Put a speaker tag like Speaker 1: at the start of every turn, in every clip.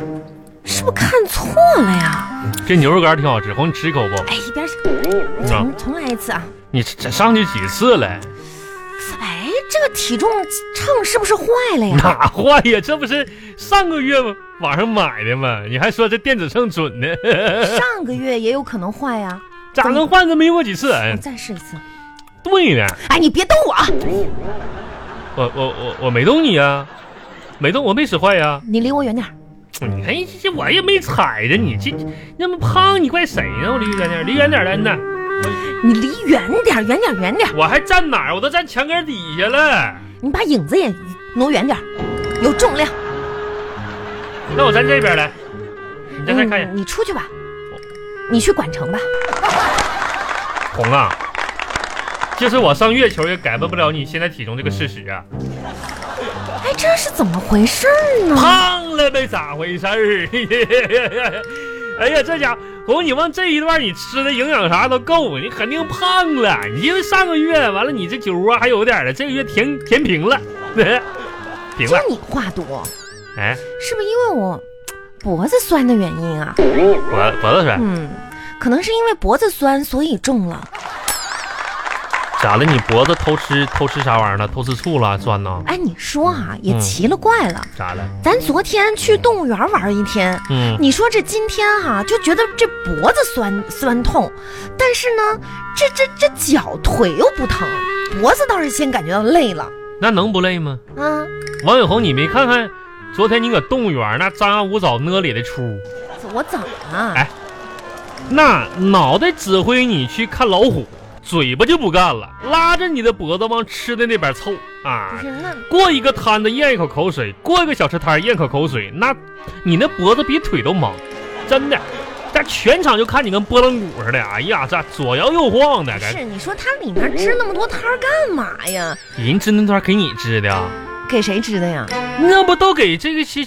Speaker 1: 不是看错了呀？
Speaker 2: 这牛肉干挺好吃，红，你吃一口不？
Speaker 1: 哎，一边去
Speaker 2: 啊，
Speaker 1: 重重来一次啊！
Speaker 2: 你这上去几次了？
Speaker 1: 哎，这个体重秤是不是坏了呀？
Speaker 2: 哪坏呀？这不是上个月网上买的吗？你还说这电子秤准呢？
Speaker 1: 上个月也有可能坏呀、
Speaker 2: 咋能换都没用过几次？哎
Speaker 1: 我，再试一次。
Speaker 2: 对呢，
Speaker 1: 哎，你别动我啊！
Speaker 2: 我我我我没动你呀，没动，我没使坏呀。
Speaker 1: 你离我远点儿。
Speaker 2: 你看这这我也没踩着你，这这那么胖，你怪谁呢？我离远点，离远点来呢。
Speaker 1: 你离远点儿，远点儿，远点儿。
Speaker 2: 我还站哪儿？我都站墙根底下了。
Speaker 1: 你把影子也挪远点儿，有重量。
Speaker 2: 那我站这边来，你再再看一眼。
Speaker 1: 嗯你出去吧，你去管城吧。
Speaker 2: 红啊，就是我上月球也改变不了你现在体重这个事实啊，
Speaker 1: 哎，这是怎么回事儿呢？
Speaker 2: 胖了呗，咋回事儿？ 哎呀，这家伙，红，你往这一段你吃的营养啥都够，你肯定胖了。你因为上个月完了，你这酒窝还有点了，这个月填填平了， 平
Speaker 1: 就
Speaker 2: 了。
Speaker 1: 你话多，
Speaker 2: 哎，
Speaker 1: 是不是因为我脖子酸的原因啊？
Speaker 2: 脖脖子酸
Speaker 1: 嗯，可能是因为脖子酸，所以重了。
Speaker 2: 咋了？你脖子偷吃偷吃啥玩意儿了？偷吃醋了？酸呢？
Speaker 1: 哎，你说啊，也
Speaker 2: 嗯
Speaker 1: 奇了怪了。
Speaker 2: 咋了？
Speaker 1: 咱昨天去动物园玩一天，
Speaker 2: 嗯，
Speaker 1: 你说这今天哈、就觉得这脖子酸酸痛，但是呢，这这这脚腿又不疼，脖子倒是先感觉到累了。
Speaker 2: 那能不累吗？
Speaker 1: 啊，
Speaker 2: 王永红，你没看看昨天你搁动物园那张牙舞爪呢里的出，
Speaker 1: 我怎么了？
Speaker 2: 哎那脑袋指挥你去看老虎，嘴巴就不干了，拉着你的脖子往吃的那边凑
Speaker 1: 不
Speaker 2: 啊！
Speaker 1: 是那
Speaker 2: 过一个摊子咽一口口水，过一个小吃摊咽口口水，那你那脖子比腿都忙，真的。但全场就看你跟拨浪鼓似的，哎呀，这左摇右晃的，
Speaker 1: 不
Speaker 2: 这
Speaker 1: 是你说它里面支那么多摊儿干嘛呀？
Speaker 2: 人支那段给你支的啊，
Speaker 1: 给谁支的呀？
Speaker 2: 那不都给这个小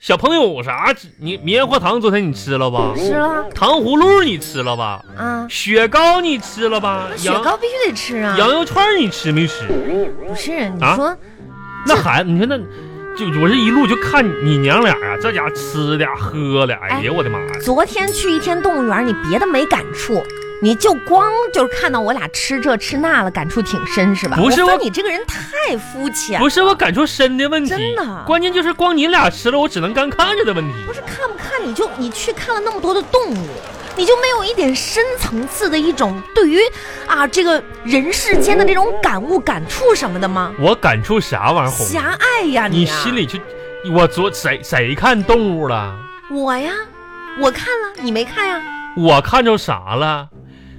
Speaker 2: 小朋友啥支？你棉花糖昨天你吃了吧？
Speaker 1: 吃了
Speaker 2: 糖葫芦你吃了吧？
Speaker 1: 啊，
Speaker 2: 雪糕你吃了吧
Speaker 1: 那？雪
Speaker 2: 羊
Speaker 1: 糕必须得吃啊！
Speaker 2: 羊肉串你吃没吃？
Speaker 1: 不是你
Speaker 2: 啊
Speaker 1: 说、
Speaker 2: 那孩子，你说那就我这一路就看你娘俩啊，这家吃的喝的，哎呀，我的妈呀！
Speaker 1: 昨天去一天动物园，你别的没感触，你就光就是看到我俩吃这吃那了，感触挺深是吧？
Speaker 2: 不是
Speaker 1: 我说
Speaker 2: 我
Speaker 1: 你这个人太肤浅，
Speaker 2: 不是我感触深的问题
Speaker 1: 真的，
Speaker 2: 关键就是光你俩吃了，我只能干看着的问题。
Speaker 1: 不是看不看你就你去看了那么多的动物，你就没有一点深层次的一种对于啊这个人世间的这种感悟、感触什么的吗？
Speaker 2: 我感触啥玩意儿红？
Speaker 1: 狭隘呀
Speaker 2: 你
Speaker 1: 呀！
Speaker 2: 心里去，我昨谁谁看动物了？
Speaker 1: 我呀，我看了，你没看呀？
Speaker 2: 我看着啥了？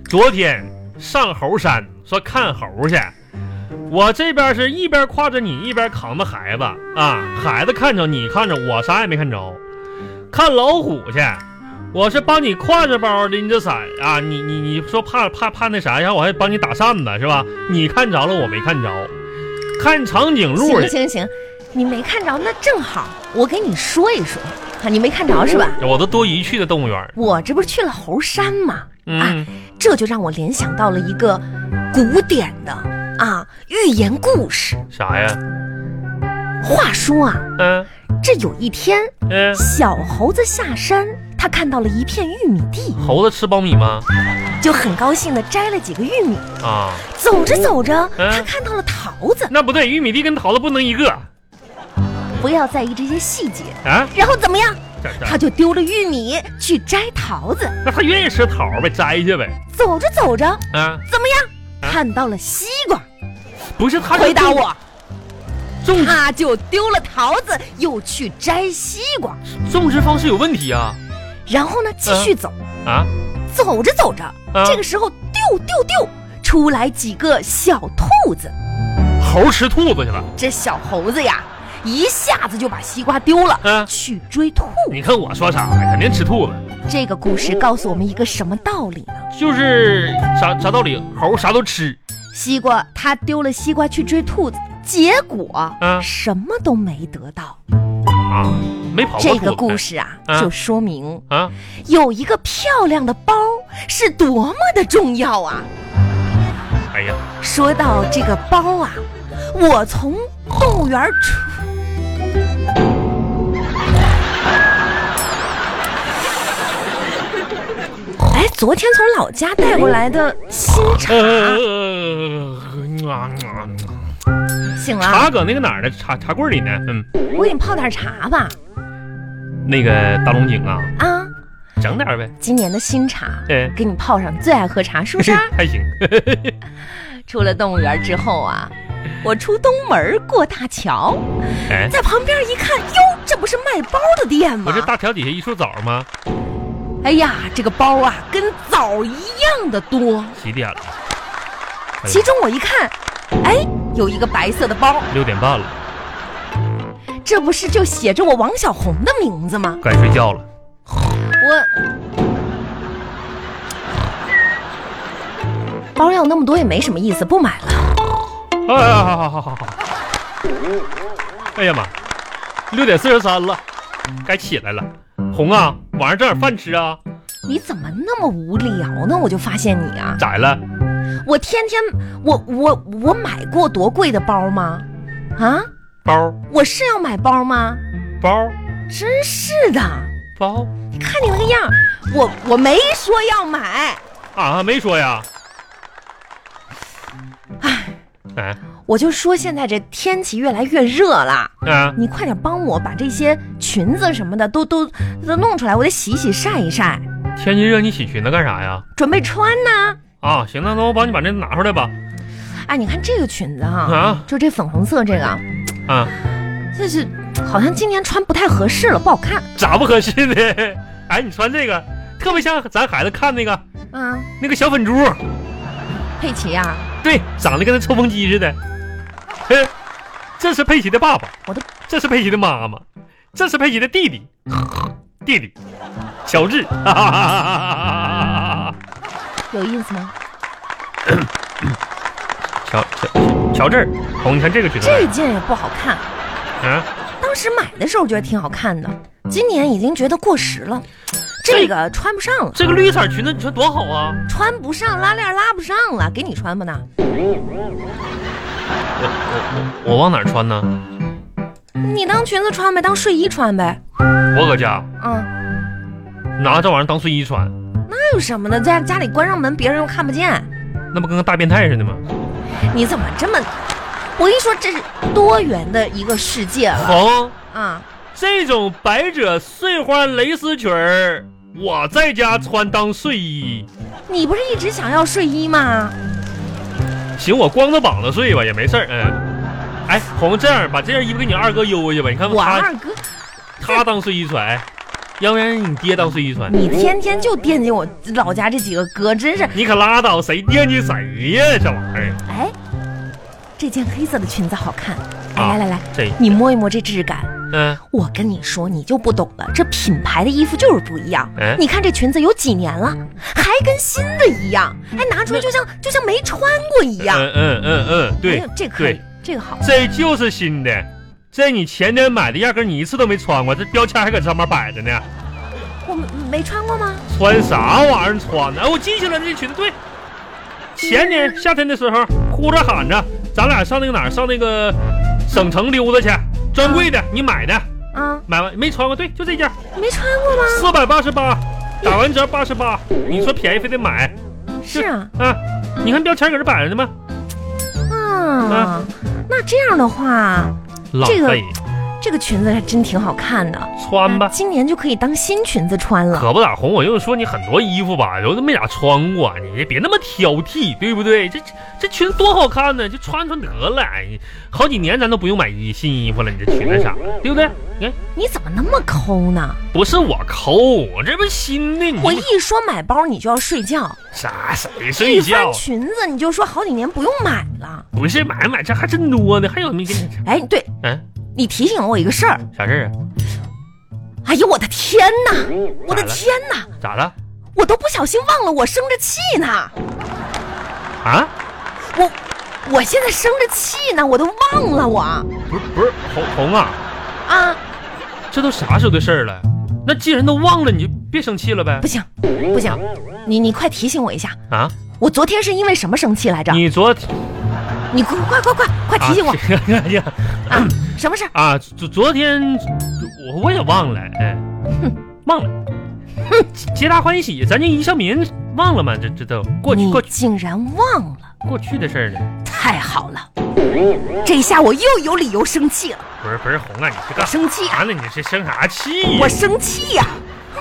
Speaker 2: 昨天上猴山说看猴去，我这边是一边挎着你，一边扛着孩子啊，孩子看着你看着我，啥也没看着。看老虎去，我是帮你挎着包拎着伞啊，你你你说怕怕怕那啥，然后我还帮你打扇子是吧？你看着了，我没看着。看长颈鹿
Speaker 1: 行
Speaker 2: 去，
Speaker 1: 行行，你没看着那正好，我给你说一说啊，你没看着是吧？
Speaker 2: 我都多疑去的动物园。
Speaker 1: 我这不是去了猴山吗？啊，
Speaker 2: 嗯，
Speaker 1: 这就让我联想到了一个古典的啊寓言故事。
Speaker 2: 啥呀？
Speaker 1: 话说啊，
Speaker 2: 嗯
Speaker 1: 这有一天，
Speaker 2: 嗯，
Speaker 1: 小猴子下山，他看到了一片玉米地，
Speaker 2: 猴子吃苞米吗？
Speaker 1: 就很高兴地摘了几个玉米。
Speaker 2: 啊。
Speaker 1: 走着走着，
Speaker 2: 嗯
Speaker 1: 他看到了桃子。
Speaker 2: 那不对，玉米地跟桃子不能一个
Speaker 1: 不要在意这些细节。
Speaker 2: 啊！
Speaker 1: 然后怎么样？
Speaker 2: 这这
Speaker 1: 他就丢了玉米去摘桃子。
Speaker 2: 那他愿意吃桃呗，摘去呗
Speaker 1: 走着走着，
Speaker 2: 啊！
Speaker 1: 怎么样？
Speaker 2: 啊
Speaker 1: 看到了西瓜。
Speaker 2: 不是他
Speaker 1: 回答我，
Speaker 2: 种植
Speaker 1: 他就丢了桃子，又去摘西瓜。
Speaker 2: 种植方式有问题啊
Speaker 1: 然后呢，继续走，
Speaker 2: 啊！
Speaker 1: 走着走着，
Speaker 2: 啊
Speaker 1: 这个时候丢丢丢，出来几个小兔子。
Speaker 2: 猴吃兔子去了，
Speaker 1: 这小猴子呀，一下子就把西瓜丢了，
Speaker 2: 嗯
Speaker 1: 去追兔。
Speaker 2: 你看我说啥呀？肯定吃兔子，
Speaker 1: 这个故事告诉我们一个什么道理呢？
Speaker 2: 就是啥啥道理？猴啥都吃，
Speaker 1: 西瓜，他丢了西瓜去追兔子，结果、
Speaker 2: 嗯
Speaker 1: 什么都没得到。
Speaker 2: 啊，没跑过
Speaker 1: 这
Speaker 2: 兔子
Speaker 1: 个故事啊，
Speaker 2: 嗯
Speaker 1: 就说明
Speaker 2: 啊！
Speaker 1: 有一个漂亮的包是多么的重要啊！
Speaker 2: 哎呀，
Speaker 1: 说到这个包啊，我从动 物园出。哎昨天从老家带过来的新茶，
Speaker 2: 哎呃，啊啊
Speaker 1: 醒了，
Speaker 2: 茶搁那个哪儿呢？茶茶柜里呢？嗯，
Speaker 1: 我给你泡点茶吧。
Speaker 2: 那个大龙井啊，
Speaker 1: 啊，
Speaker 2: 整点儿呗。
Speaker 1: 今年的新茶，
Speaker 2: 哎，
Speaker 1: 给你泡上，最爱喝茶是不是啊？
Speaker 2: 还行。
Speaker 1: 出了动物园之后啊，我出东门过大桥，
Speaker 2: 哎，
Speaker 1: 在旁边一看，哟，这不是卖包的店
Speaker 2: 不
Speaker 1: 吗
Speaker 2: 是？大桥底下一处枣吗？
Speaker 1: 哎呀，这个包啊，跟枣一样的多。
Speaker 2: 几点了？哎呦
Speaker 1: 其中我一看，哎，有一个白色的包，
Speaker 2: 六点半了，
Speaker 1: 这不是就写着我王小红的名字吗？
Speaker 2: 该睡觉了。
Speaker 1: 我包要那么多也没什么意思，不买了。
Speaker 2: 哎呀，好好好好好。哎呀妈，六点四十三了，该起来了。红啊，晚上整点饭吃啊。
Speaker 1: 你怎么那么无聊呢？我就发现你啊，
Speaker 2: 咋了？
Speaker 1: 我天天我我我买过多贵的包吗？啊，
Speaker 2: 包
Speaker 1: 我是要买包吗？
Speaker 2: 包
Speaker 1: 真是的，
Speaker 2: 包
Speaker 1: 你看你那个样儿，我我没说要买，
Speaker 2: 啊，没说呀。哎，
Speaker 1: 我就说现在这天气越来越热了。
Speaker 2: 哎啊。
Speaker 1: 你快点帮我把这些裙子什么的都都都弄出来，我得洗一洗晒一晒，
Speaker 2: 天气热，你洗裙子干啥呀？
Speaker 1: 准备穿呢。
Speaker 2: 啊，行，那那我帮你把这拿出来吧。
Speaker 1: 哎，你看这个裙子哈、
Speaker 2: 啊
Speaker 1: 就这粉红色这个，
Speaker 2: 啊，
Speaker 1: 就是好像今年穿不太合适了，不好看。
Speaker 2: 咋不合适呢？ 哎，你穿这个特别像咱孩子看那个
Speaker 1: 啊，
Speaker 2: 那个小粉猪，
Speaker 1: 佩奇啊呀、
Speaker 2: 对，长得跟那抽风机似的。嘿，这是佩奇的爸爸，
Speaker 1: 我的，
Speaker 2: 这是佩奇的妈妈，这是佩奇的弟弟，弟弟，乔治。哈哈哈哈哈哈
Speaker 1: 有意思吗？
Speaker 2: 乔乔乔治，红，你看这个裙子，
Speaker 1: 这件也不好看，
Speaker 2: 嗯，
Speaker 1: 当时买的时候觉得挺好看的，今年已经觉得过时了，这个穿不上了，
Speaker 2: 这个绿色裙子你说多好啊！
Speaker 1: 穿不上，拉链拉不上了，给你穿吧呢？
Speaker 2: 我我我我往哪儿穿呢？
Speaker 1: 你当裙子穿呗，当睡衣穿呗。
Speaker 2: 我搁家
Speaker 1: 嗯，
Speaker 2: 拿这玩意儿当睡衣穿。
Speaker 1: 那有什么呢？在家里关上门，别人又看不见。
Speaker 2: 那不跟个大变态似的吗？
Speaker 1: 你怎么这么？我一说这是多元的一个世界了
Speaker 2: 红，
Speaker 1: 啊！
Speaker 2: 这种百褶碎花蕾丝裙儿，我在家穿当睡衣，
Speaker 1: 你不是一直想要睡衣吗？
Speaker 2: 行，我光着膀子睡吧，也没事儿。嗯，哎，红，这样把这件衣服给你二哥邮过去吧，你看
Speaker 1: 我
Speaker 2: 他
Speaker 1: 二哥，
Speaker 2: 他当睡衣穿，要不然你爹当睡衣穿，
Speaker 1: 你天天就惦记我老家这几个哥，真是。
Speaker 2: 你可拉倒，谁惦记谁呀？这玩意儿，
Speaker 1: 哎，这件黑色的裙子好看。哎，
Speaker 2: 啊
Speaker 1: 来来来，
Speaker 2: 这，
Speaker 1: 你摸一摸这质感。
Speaker 2: 嗯，
Speaker 1: 我跟你说，你就不懂了，这品牌的衣服就是不一样。
Speaker 2: 哎
Speaker 1: 你看这裙子有几年了，还跟新的一样，还拿出来就像就像没穿过一样。
Speaker 2: 嗯嗯嗯嗯，
Speaker 1: 哎
Speaker 2: 对
Speaker 1: 呦，这可以
Speaker 2: 对，，
Speaker 1: 这个好。
Speaker 2: 这就是新的，这你前年买的压根儿你一次都没穿过，这标签还搁上面摆着呢。
Speaker 1: 我没没穿过吗？
Speaker 2: 穿啥玩意儿穿的？哎，我记起来了，这裙子对。前年夏天的时候，哭着喊着，咱俩上那个哪儿，上那个省城溜达去，专柜的，你买的，
Speaker 1: 啊，
Speaker 2: 买完没穿过？对，就这件，
Speaker 1: 没穿过吗？
Speaker 2: 四百八十八，打完折八十八，你说便宜非得买
Speaker 1: 是啊，
Speaker 2: 啊？你看标签搁这摆着呢吗？嗯
Speaker 1: 啊，那这样的话，
Speaker 2: 浪
Speaker 1: 这个
Speaker 2: 费，
Speaker 1: 这个裙子还真挺好看的，
Speaker 2: 穿嗯吧。
Speaker 1: 今年就可以当新裙子穿了。
Speaker 2: 可不咋红，我就说你很多衣服吧，都没咋穿过，你别那么挑剔，对不对？这这这裙子多好看呢，就穿穿得了。哎好几年咱都不用买衣新衣服了，你这裙子啥，对不对？哎你看，
Speaker 1: 你怎么那么抠呢？
Speaker 2: 不是我抠，我这不是新的，你
Speaker 1: 我一说买包，你就要睡觉；
Speaker 2: 啥谁
Speaker 1: 一
Speaker 2: 睡
Speaker 1: 翻
Speaker 2: 觉？
Speaker 1: 裙子，你就说好几年不用买了。
Speaker 2: 不是买买这还真多呢，还有没给你？
Speaker 1: 哎，对
Speaker 2: 嗯，
Speaker 1: 你提醒了我一个事儿。
Speaker 2: 啥事儿啊？
Speaker 1: 哎呦，我的天哪！
Speaker 2: 嗯
Speaker 1: 我的天哪！
Speaker 2: 咋了？
Speaker 1: 我都不小心忘了我生着气呢。
Speaker 2: 啊？
Speaker 1: 我我现在生着气呢，我都忘了我
Speaker 2: 不是不是红红啊，
Speaker 1: 啊！
Speaker 2: 这都啥时候的事儿了？那既然都忘了，你就别生气了呗
Speaker 1: 不。行不行，你你快提醒我一下，
Speaker 2: 啊，
Speaker 1: 我昨天是因为什么生气来着？
Speaker 2: 你昨天
Speaker 1: 你快快快快快提醒我
Speaker 2: 啊这哎呀
Speaker 1: 啊！什么事儿？
Speaker 2: 啊，昨昨天我我也忘了，哎，忘了。皆大欢喜，咱这一笑民忘了吗？这这都过去
Speaker 1: 你
Speaker 2: 过去
Speaker 1: 竟然忘了，
Speaker 2: 过去的事儿了。
Speaker 1: 太好了，这下我又有理由生气了，
Speaker 2: 不是不是红啊，你是干
Speaker 1: 生气啊，
Speaker 2: 啥呢？你是生啥气呀
Speaker 1: 我？生气呀、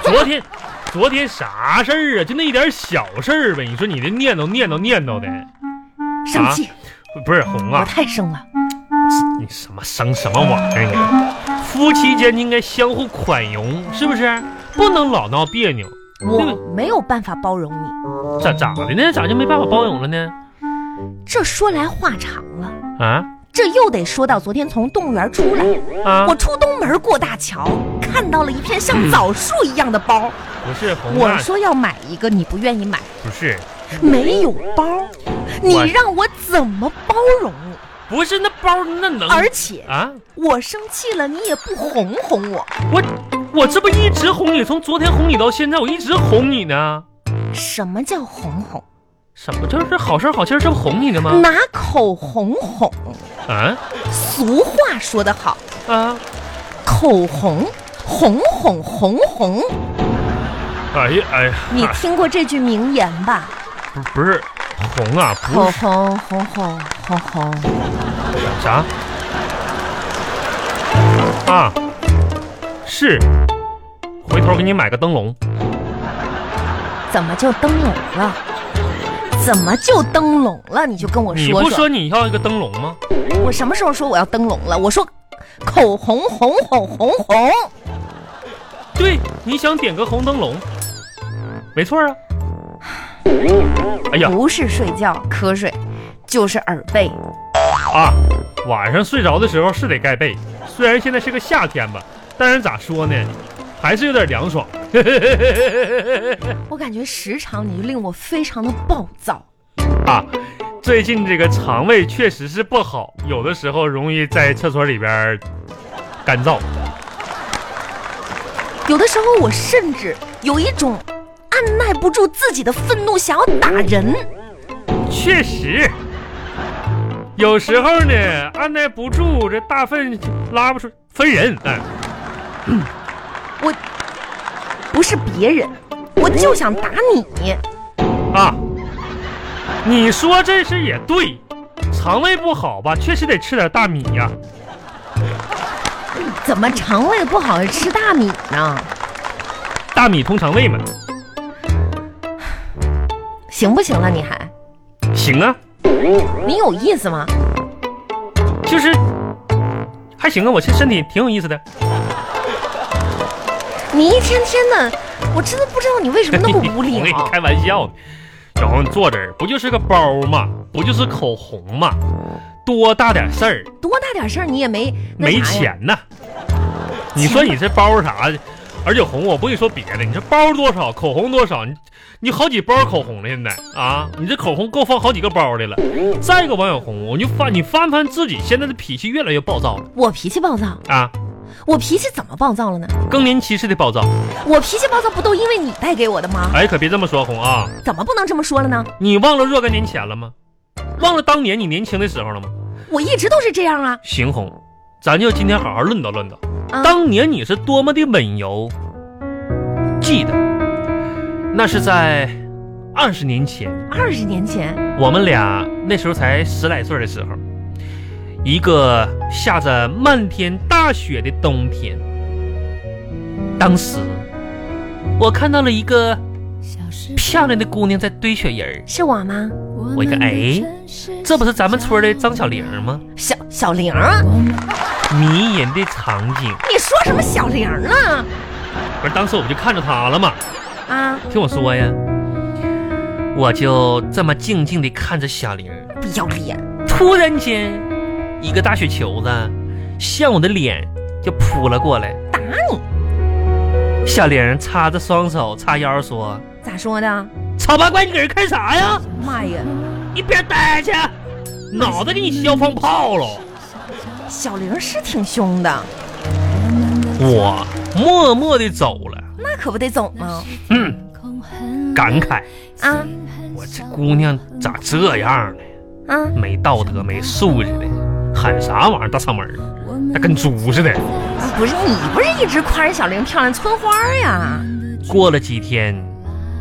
Speaker 2: 昨天昨天啥事儿啊？就那一点小事儿呗。你说你这念叨念叨念叨的，
Speaker 1: 生气，
Speaker 2: 啊不是红
Speaker 1: 我
Speaker 2: 啊？
Speaker 1: 太生了，
Speaker 2: 你什么生什么玩意儿你？夫妻间应该相互宽容，是不是？不能老闹别扭。
Speaker 1: 我没有办法包容你，
Speaker 2: 咋咋的呢？咋就没办法包容了呢？
Speaker 1: 这说来话长了。
Speaker 2: 啊
Speaker 1: 这又得说到昨天从动物园出来，
Speaker 2: 啊！
Speaker 1: 我出东门过大桥，看到了一片像枣树一样的包，
Speaker 2: 不是红
Speaker 1: 我
Speaker 2: 啊，
Speaker 1: 说要买一个，你不愿意买，
Speaker 2: 不是
Speaker 1: 没有包，你
Speaker 2: 我
Speaker 1: 让我怎么包容你？
Speaker 2: 不是那包那能
Speaker 1: 而且
Speaker 2: 啊？
Speaker 1: 我生气了，你也不哄哄我，
Speaker 2: 我我这不一直哄你，从昨天哄你到现在，我一直哄你呢。
Speaker 1: 什么叫哄哄？
Speaker 2: 什么这是好声好气儿，这不哄你呢吗？
Speaker 1: 拿口红哄，嗯
Speaker 2: 啊
Speaker 1: 俗话说得好，
Speaker 2: 啊！
Speaker 1: 口红。哄哄哄哄，
Speaker 2: 哎呀哎呀，
Speaker 1: 你听过这句名言吧？
Speaker 2: 不不是红啊，不
Speaker 1: 口
Speaker 2: 是
Speaker 1: 红哄哄哄哄。
Speaker 2: 啥啊？是，回头给你买个灯笼。
Speaker 1: 怎么就灯笼了？怎么就灯笼了？你就跟我
Speaker 2: 你
Speaker 1: 说
Speaker 2: 不
Speaker 1: 说，
Speaker 2: 说你要一个灯笼吗？
Speaker 1: 我什么时候说我要灯笼了？我说口红红红红红，
Speaker 2: 对，你想点个红灯笼，没错啊。哎呀
Speaker 1: 不是睡觉瞌睡，就是耳背。
Speaker 2: 啊！晚上睡着的时候是得盖被，虽然现在是个夏天吧，但是咋说呢，还是有点凉爽。
Speaker 1: 我感觉时常你就令我非常的暴躁。
Speaker 2: 啊，最近这个肠胃确实是不好，有的时候容易在厕所里边儿干燥。
Speaker 1: 有的时候我甚至有一种按耐不住自己的愤怒，想要打人。
Speaker 2: 确实，有时候呢，按耐不住这大粪拉不出，分人。哎，
Speaker 1: 不是别人，我就想打你。
Speaker 2: 啊，你说这事也对，肠胃不好吧，确实得吃点大米呀、
Speaker 1: 怎么肠胃不好吃大米呢？
Speaker 2: 大米通肠胃嘛。
Speaker 1: 行不行了？你还
Speaker 2: 行啊，
Speaker 1: 你有意思吗？
Speaker 2: 就是还行啊，我这身体挺有意思的。
Speaker 1: 你一天天的，我真的不知道你为什么 那么无啊
Speaker 2: 我
Speaker 1: 聊
Speaker 2: 跟。你开玩笑呢。小红，你坐这儿不就是个包吗？不就是口红吗？多大点事儿，
Speaker 1: 多大点事儿你也没那
Speaker 2: 没
Speaker 1: 啥呀
Speaker 2: 钱呐。你说你这包啥？而且红，我不跟你说别的，你这包多少，口红多少，你你好几包口红了现在啊！你这口红够放好几个包的了。再一个，王小红，我就翻你翻翻自己现在的脾气越来越暴躁了
Speaker 1: 我脾气暴躁，
Speaker 2: 啊，
Speaker 1: 我脾气怎么暴躁了呢？
Speaker 2: 更年期似的暴躁。
Speaker 1: 我脾气暴躁不都因为你带给我的吗？
Speaker 2: 哎，可别这么说红啊！
Speaker 1: 怎么不能这么说了呢？
Speaker 2: 你忘了若干年前了吗？忘了当年你年轻的时候了吗？
Speaker 1: 我一直都是这样啊。
Speaker 2: 行红，咱就今天好好论道论道，
Speaker 1: 啊
Speaker 2: 当年你是多么的温柔。记得，那是在二十年前，
Speaker 1: 二十年前，
Speaker 2: 我们俩那时候才十来岁的时候，一个下着漫天大雪的冬天，当时我看到了一个漂亮的姑娘在堆雪人儿。
Speaker 1: 是我吗？
Speaker 2: 我一看，哎，这不是咱们村儿的张小玲吗？
Speaker 1: 小小玲儿，啊
Speaker 2: 迷人的场景，
Speaker 1: 你说什么小玲儿呢？
Speaker 2: 不是当时我们就看着她了嘛。
Speaker 1: 啊，
Speaker 2: 听我说呀，我就这么静静地看着小玲儿，
Speaker 1: 不要脸！
Speaker 2: 突然间，一个大雪球子向我的脸就扑了过来，打
Speaker 1: 你！
Speaker 2: 小玲儿叉着双手叉腰说
Speaker 1: 咋说的？：“草八怪，你搁这看啥呀？妈呀，
Speaker 2: 一边待去，脑袋给你削放炮了！”
Speaker 1: 小玲儿是挺凶的，
Speaker 2: 我默默地走了，
Speaker 1: 那可不得走吗？
Speaker 2: 嗯，感慨
Speaker 1: 啊
Speaker 2: 我这姑娘咋这样呢？
Speaker 1: 啊，
Speaker 2: 没道德，没素质的，喊啥玩意儿大嗓门儿？那跟猪似的。
Speaker 1: 不是你不是一直夸人小玲漂亮村花儿呀？
Speaker 2: 过了几天，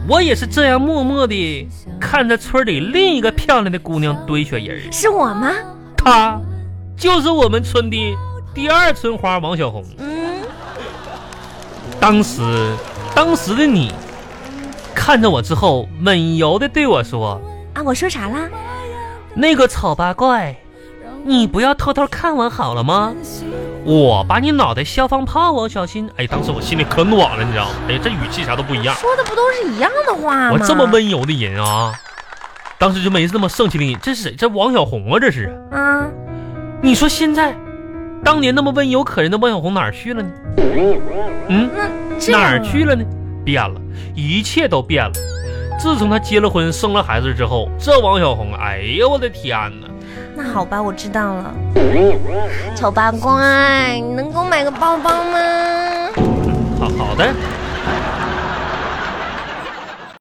Speaker 2: 我也是这样默默的看着村里另一个漂亮的姑娘堆雪人儿，
Speaker 1: 是我吗？
Speaker 2: 她就是我们村的第二春花王小红。
Speaker 1: 嗯，
Speaker 2: 当时，当时的你看着我之后，闷油的对我说
Speaker 1: 啊，我说啥啦？：“
Speaker 2: 那个丑八怪，你不要偷偷看我好了吗？我把你脑袋消防炮哦，小心！”哎，当时我心里可暖了，你知道吗？哎，这语气啥都不一样。
Speaker 1: 说的不都是一样的话吗？
Speaker 2: 我这么温柔的人啊，当时就没这么盛气凌人。这是谁？这王小红啊，这是。
Speaker 1: 啊，
Speaker 2: 你说现在，当年那么温柔可人的王小红哪儿去了呢？嗯，
Speaker 1: 那这样啊
Speaker 2: 哪儿去了呢？变了，一切都变了。自从她结了婚、生了孩子之后，这王小红，哎呦我的天哪！
Speaker 1: 啊那好吧，我知道了。丑八怪，你能给我买个包包吗？